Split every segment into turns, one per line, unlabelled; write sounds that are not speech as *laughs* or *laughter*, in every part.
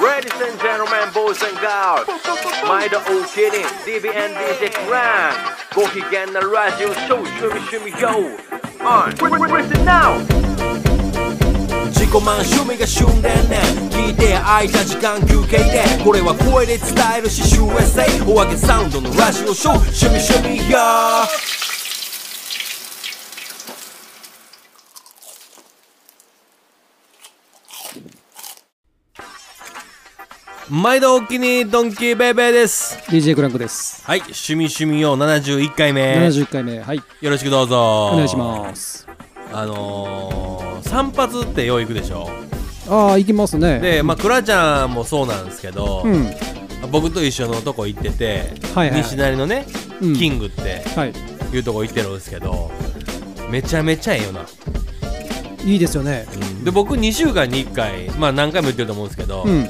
Ladies and gentlemen, boys and girls 毎度お気に DBNDJ クランご機嫌なラジオショー趣味趣味 YO On Listen now
自己満趣味が旬でね聞いて空いた時間休憩でこれは声で伝えるし USA お揚げサウンドのラジオショー趣味趣味や毎度お気にドンキーベイベーです
DJ クランクです。
はい趣味趣味よ71回目
71回目、はい、
よろしくどうぞ
お願いします。
あのー、散髪ってよう行くでしょ
ああ、行きますね。
で、まあ、クラちゃんもそうなんですけど、
うん、は
僕と一緒のとこ行ってて、
はいはい
西成のね、
うん
キングって
い、
いうとこ行ってるんですけどめちゃめちゃええよな、
いいですよね。
で僕2週間に1回まあ何回も言ってると思うんですけど、
うん、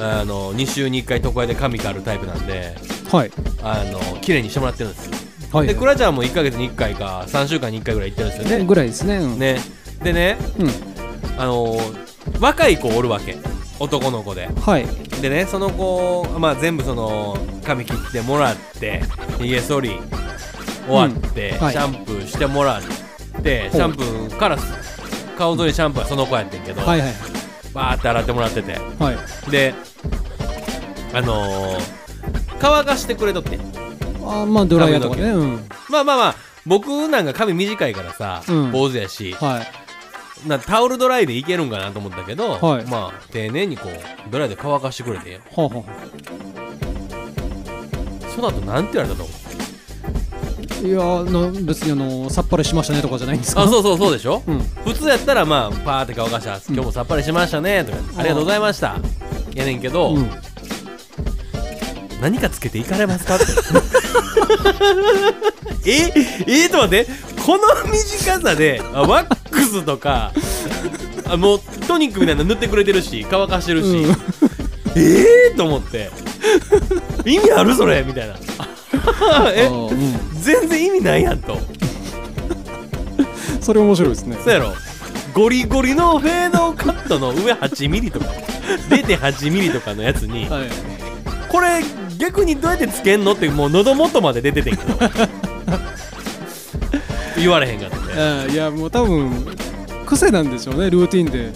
あの2週に1回床屋で髪刈るタイプなんで
はい、
あの綺麗にしてもらってるんですよ、
はい、
でクラちゃんも1ヶ月に1回か3週間に1回ぐらい行ってるんですよね
ぐらいですね。うん、
ねでね
うん、
あの若い子おるわけ男の子で
はい、
でねその子、まあ、全部その髪切ってもらって髭剃り終わって、
うんはい
シャンプーしてもらってシ
ほう
ャンプーからす顔沿いシャンプーはその子やってんけど、
はい、はい、
バーって洗ってもらってて
はい、
であのー、乾かしてくれとって
あーまあ、ドライヤーとかね、うん、
まあまあまあ僕なんか髪短いからさ、
うん
坊主やし、
はい、
なタオルドライでいけるんかなと思ったけど、
はい
まあ丁寧にこうドライで乾かしてくれて
はあ、は
その後なんて言われたと思う
あ、いやー、な別にあのーさっぱりしましたねとかじゃないんですか。
あそうそうそうでしょ、
うん、
普通やったらまあパーって乾かした今日もさっぱりしましたねとか、ありがとうございましたやねんけど、
うん、
何かつけていかれますかって
*laughs*
ええー、と待ってこの短さであワックスとかあもうトニックみたいなの塗ってくれてるし乾かしてるし、
うん
ええー、と思って意味あるそれみ
*laughs*
たいなえ
あーうん
全然意味ないやんと
それ面白いですね。
そうやろゴリゴリのフェードカットの上8ミリとか0.8ミリとかのやつに
はい、
これ逆にどうやってつけんのってもう喉元まで出ててんけ
*laughs*
ど言われへんかったね
あーいや、もう多分癖なんでしょうね、ルーティンで。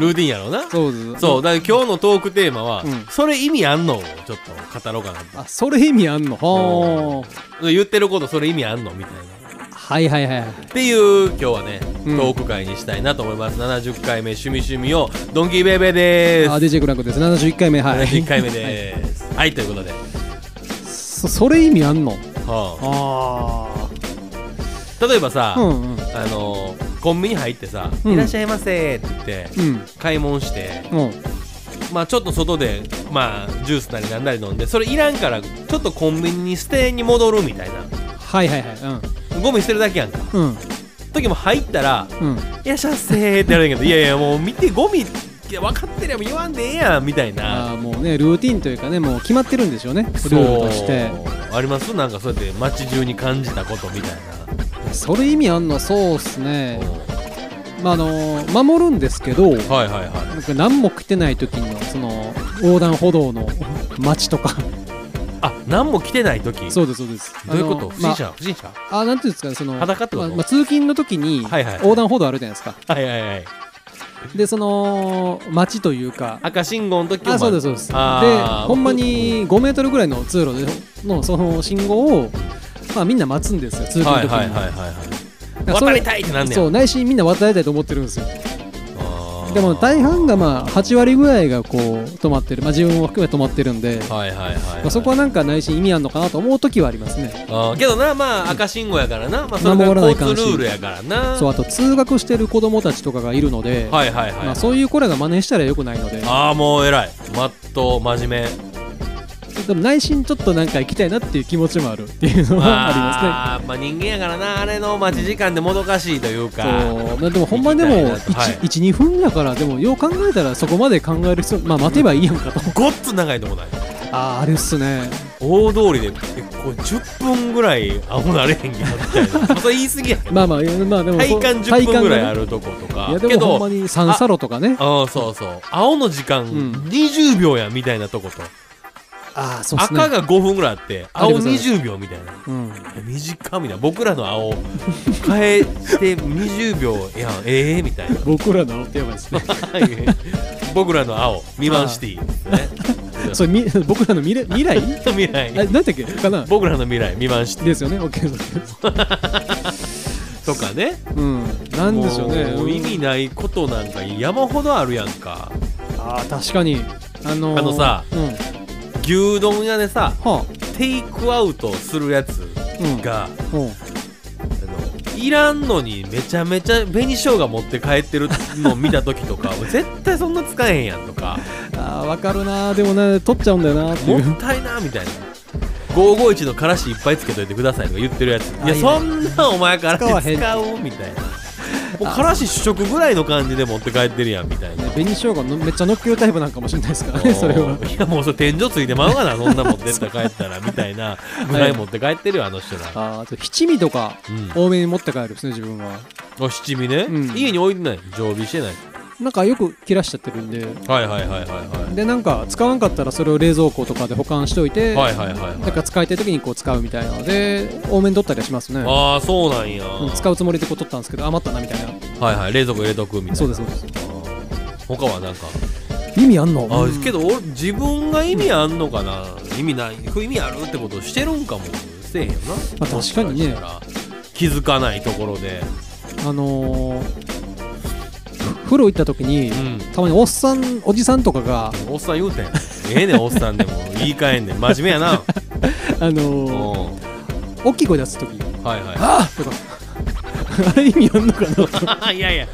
ルーティンやろうな
そうです。
そうだから今日のトークテーマは、
うん
それ意味あんのをちょっと語ろうかな
あ、それ意味あんの。は
と言ってることそれ意味あんのみたいな
あ、はい、はい、はい。
っていう今日はね、
うん
トーク会にしたいなと思います70回目趣味趣味をドンキーベイベーで
あ、
ーす
DJ クランクです。71回目、はい。
71回目でーすはい、ということで、
そ *laughs* それ意味あんの
はあ
あ
例えばさ、
うんうん
あのーコンビニ入ってさ「
うん
いらっしゃいませ」って言って、
うん
買い物して、
うん
まあ、ちょっと外で、まあ、ジュースなりなんなり飲んでそれいらんからちょっとコンビニに捨てに戻るみたいな
はいはいは
ゴミ捨てるだけやんか
いうんうん
時も入ったら
うん
「いらっしゃいませ」ってやるんやけど「いやいやもう見てゴミいや分かってりゃ言わんでええやん」みたいな
ああもうねルーティンというかねもう決まってるんでしょうねルールとして
そうありますなんかそうやって街中に感じたことみたい
それ意味あんのそうっすね
な、
まああのー守るんですけど
はいはいはい
僕何も来てない時のその横断歩道の
*laughs*
街とか
あ何も来てない時
そうですそうです
どういうこと
あの
不審者不審者
まああなんていうんですかねその
裸ってこと
まあまあ通勤の時に
はいはい
横断歩道あるじゃないですか
はいはいはい
でその街というか
赤信号の時
あそうですそうですで
あー
ほんまに5メートルぐらいの通路でのその信号を、まあ、みんな待つんですよ通勤の時
はい
に、
はいはいはいはい
だからそ
渡
れ
りたいってなんねや
そう内心みんな渡りたいと思ってるんですよ
あー
でも大半がまあ8割ぐらいがこう止まってる、まあ、自分を含め止まってるんで、
はいはいはいはい、
まあ、そこはなんか内心意味あるのかなと思う時はありますね
あーけどなまあ赤信号やからな、まあ、それが
守らない
交
かんし
通ルールやからな
そうあと通学してる子供たちとかがいるので、
はいはいはい、
まあ、そういう子らが真似したらよくないので
ああもう偉いまっとう真面目
でも内心ちょっとなんか行きたいなっていう気持ちもあるっていうの *laughs* はありますね
あーまあ人間やからなあれの待ち時間でもどかしいというか
そうまあでもほんまにでも
行きたいなとはい
12分やからでもよう考
*laughs*
えたらそこまで考える必要まあ待てばいいやんかと
ごっつ長いとこない
あああれっすね
大通りでえこれ10分ぐらい青なれへんやみ
*laughs*
たいなまあそれ言い過ぎやけど
まあまあいやまあでも
体感10分ぐらいあ
る
るとこと
い
か
やで
け
もほん
ど
まに三差路とかね
ああそうそう青の時間
ん
20秒やみたいなとこと、
ああそうですね
赤が5分ぐらいあって
あり
青
ます
20秒みたいな
うん
短みたいな僕らの青変えて20秒やんええみたいな *laughs*
僕らのってやばいですね
僕らの青ミマンシティですね
それみ *laughs* 僕らの未来未来
*laughs* 未
あ
来
なんだっけかな
僕らの未来ミマンシテ
ですよね OK です
ィとかね
うんなんでしょうね
も
うん
意味ないことなんか山ほどあるやんか
ああ確かにあのー
あのさ
うん
牛丼屋でさ
は
テイクアウトするやつ
あうん
が、
う
あ
ん
のいらんのにめちゃめちゃ紅生姜持って帰ってるのを見た時とか絶対そんな使えへんやんとか
あーわかるなーでもな取っちゃうんだよなーってい
も
う
ったいなみたいな551のからしいっぱいつけといてくださいとか言ってるやつい
あ
や
いいね
そんなお前から
使わへ
し
ん
使うみたいなもうからし主食ぐらいの感じで持って帰ってるやんみたいな
紅生姜のめっちゃ乗っけるタイプなんかもしれないですからね *laughs* それは
おーいやもうそれ天井ついてまうがなそんな持ってったら帰ったらみたいなぐらい持って帰ってるよあの人ら
あーあと七味とか
うん
多めに持って帰るんですね自分は
お七味ね、
うん
家に置いてない常備してない
なんかよく切らしちゃってるんで
はいはいはいはいは
でなんか使わんかったらそれを冷蔵庫とかで保管しておいて、
いはいはいはいはい
なんか使いたい時にこう使うみたいなので多めに取ったりはしますね
ああそうなんや、
うん使うつもりでこう取ったんですけど余ったなみたいな
はいはい冷蔵庫入れとくみたいな
そうですそうです
他はなんか
意味あんの
あ、
うん
けど俺自分が意味あんのかな、意味ないこれ意味あるってことしてるんかもせえへんよな、
まあ確かに
もしし
ね
たら気づかないところで
あのー、風呂行った時に、
うん
たまにおっさんおじさんとかが
おっさん言うてんええねんおっさんで
*laughs*
も言い換えんねん真面目やな
あ
う
のー、
ん
大きい声出す時
はいはい
あーとかあれ意味あんのかな *laughs* とか、
あいやいや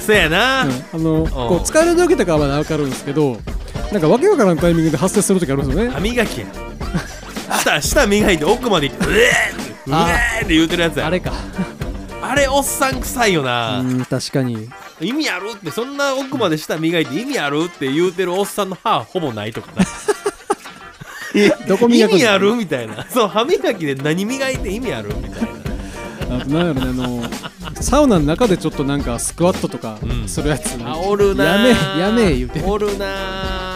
そやな、
うんあのこう疲れる時とかはまだ分かるんですけどなんかわけわからんタイミングで発生する時あるんですよね
歯磨きや舌舌磨いて奥まで行ってうえーってうえ
あ
ーって言うてるやつや
あれか
あれおっさん臭いよな、
うん確かに
意味あるってそんな奥まで舌磨いて意味あるって言うてるおっさんの歯ほぼないとかな
どこ
意
磨くの
味あるみたいなそう歯磨きで何磨いて意味あるみたいな
あとなんやろねあのサウナの中でちょっとなんかスクワットとか
うん
する *laughs* やつ、
あおるな
やめえやめえ言うて
おるな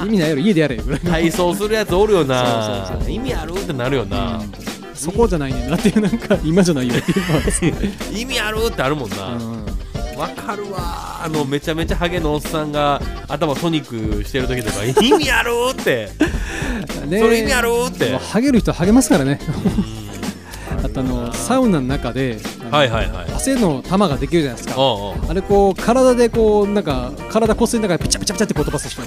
意味ないやろ家でやれ *laughs* ぐらいの
体操するやつおるよな
そうそうそう
意味あるってなるよな、
そこじゃないねんなっていうなんか今じゃないよっていうのはですね
意味あるってあるもんな
う
わ、
ん
かるわあのめちゃめちゃハゲのおっさんが頭ソニックしてる時とか意味あるって
ね
それ意味あるって
もうハゲる人はハゲますからね *laughs* あとあのサウナの中であの
はいはいはい
汗の玉ができるじゃないですか
おうおう
あれこう体でこうなんか体こすりながらピチャピチャピチャってこう飛ばす人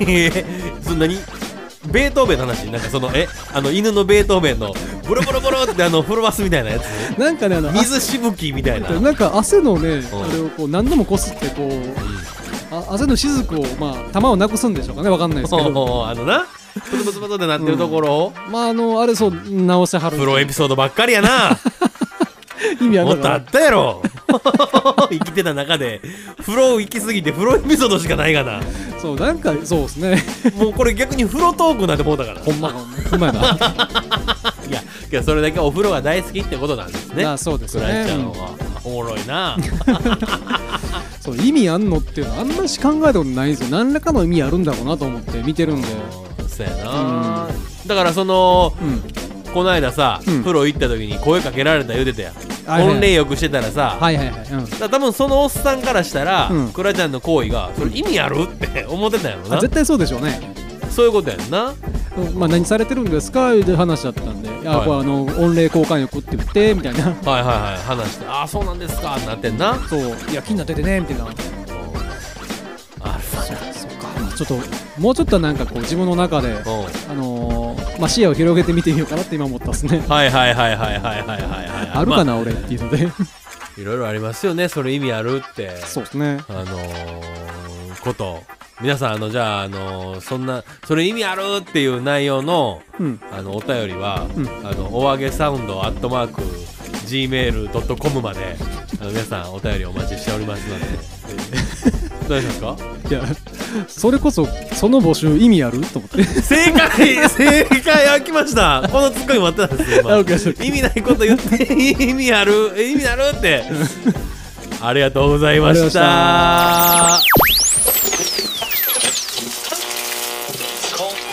え *laughs* そんなにベートーベンの話なんかそのえあの犬のベートーベンのボロボロボロってあのフロマスみたいなやつ
なんかねあの
水しぶきみたいな
汗なんか汗のねあれをこう何度もこすってこうあ汗の雫をまあ玉をなくすんでしょうかねわかんないですけ
そう
ど
あのなブツブツブツってなってるところを、
まああのあれそう直せはる
プロエピソードばっかりやな
意味あ
も
る
っとあ
か
ったやろ *laughs* 生きてた中で風呂行きすぎて風呂エピソードしかないがな
らそうなんかそうですね
もうこれ逆に風呂トークになんてもうだから
ほんまほんまやな
いやいやそれだけお風呂が大好きってことなんですね
あそうですね
クラちゃんは、おもろいな
そう意味あんのっていうのはあんまし考えたことないんですよ何らかの意味あるんだろうなと思って見てるんで
そうやな、だからその
うん
この間さ、
うん
風呂行った時に声かけられた言うてたやん
はいはい
婚礼浴してたらさ、
はいはいはいうん
だから多分そのおっさんからしたら、
うん
クラちゃんの行為がそれ意味あるって思ってたんやろ
あ
な
絶対そうでしょうね
そういうことやんな
うんまあ、何されてるんですかいう話だったんで「いや
はい
これあの御礼交換浴って言って」みたいな *laughs*
はいはいはい話してああそうなんですかってなってんな
「そういや金なっててね」みたいな
ある
そうかまあちょっともうちょっとなんかこう自分の中で、
わな
あのーまあ、視野を広げて見てみようかなって今思ったっすね
はいはいはいはいはいはいはいはい
あるか
ま
な、俺っていうので
あいろいろありますよねそれ意味あるって
そうですね
あのー、こと皆さんあのじゃああのー、そんなそれ意味あるっていう内容の
うん
あのお便りは、
うん
あのおあげサウンドアットマーク gmail.com まで
*laughs*
あの皆さんお便りお待ちしておりますので大丈夫ですか
いやそれこそその募集意味あると思って
正解 *laughs* 正解あきましたこのツッコミ待ってたんですよ
あ OK OK
今意味ないこと言って意味あるえ意味ある
*laughs*
ってありがとうございました
今